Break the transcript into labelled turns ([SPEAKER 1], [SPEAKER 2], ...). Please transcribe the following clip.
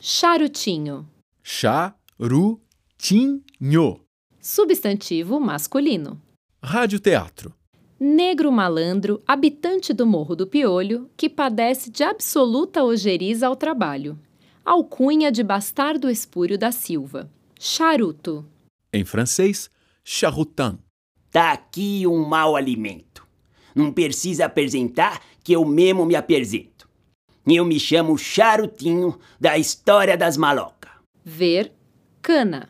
[SPEAKER 1] Charutinho.
[SPEAKER 2] Charutinho.
[SPEAKER 1] Substantivo masculino.
[SPEAKER 2] Radioteatro.
[SPEAKER 1] Negro malandro, habitante do Morro do Piolho, que padece de absoluta ojeriza ao trabalho. Alcunha de bastardo espúrio da Silva. Charuto.
[SPEAKER 2] Em francês, charutin.
[SPEAKER 3] Tá aqui um mau alimento. Não precisa apresentar que eu mesmo me apresento. Eu me chamo Charutinho da História das Malocas.
[SPEAKER 1] Ver cana.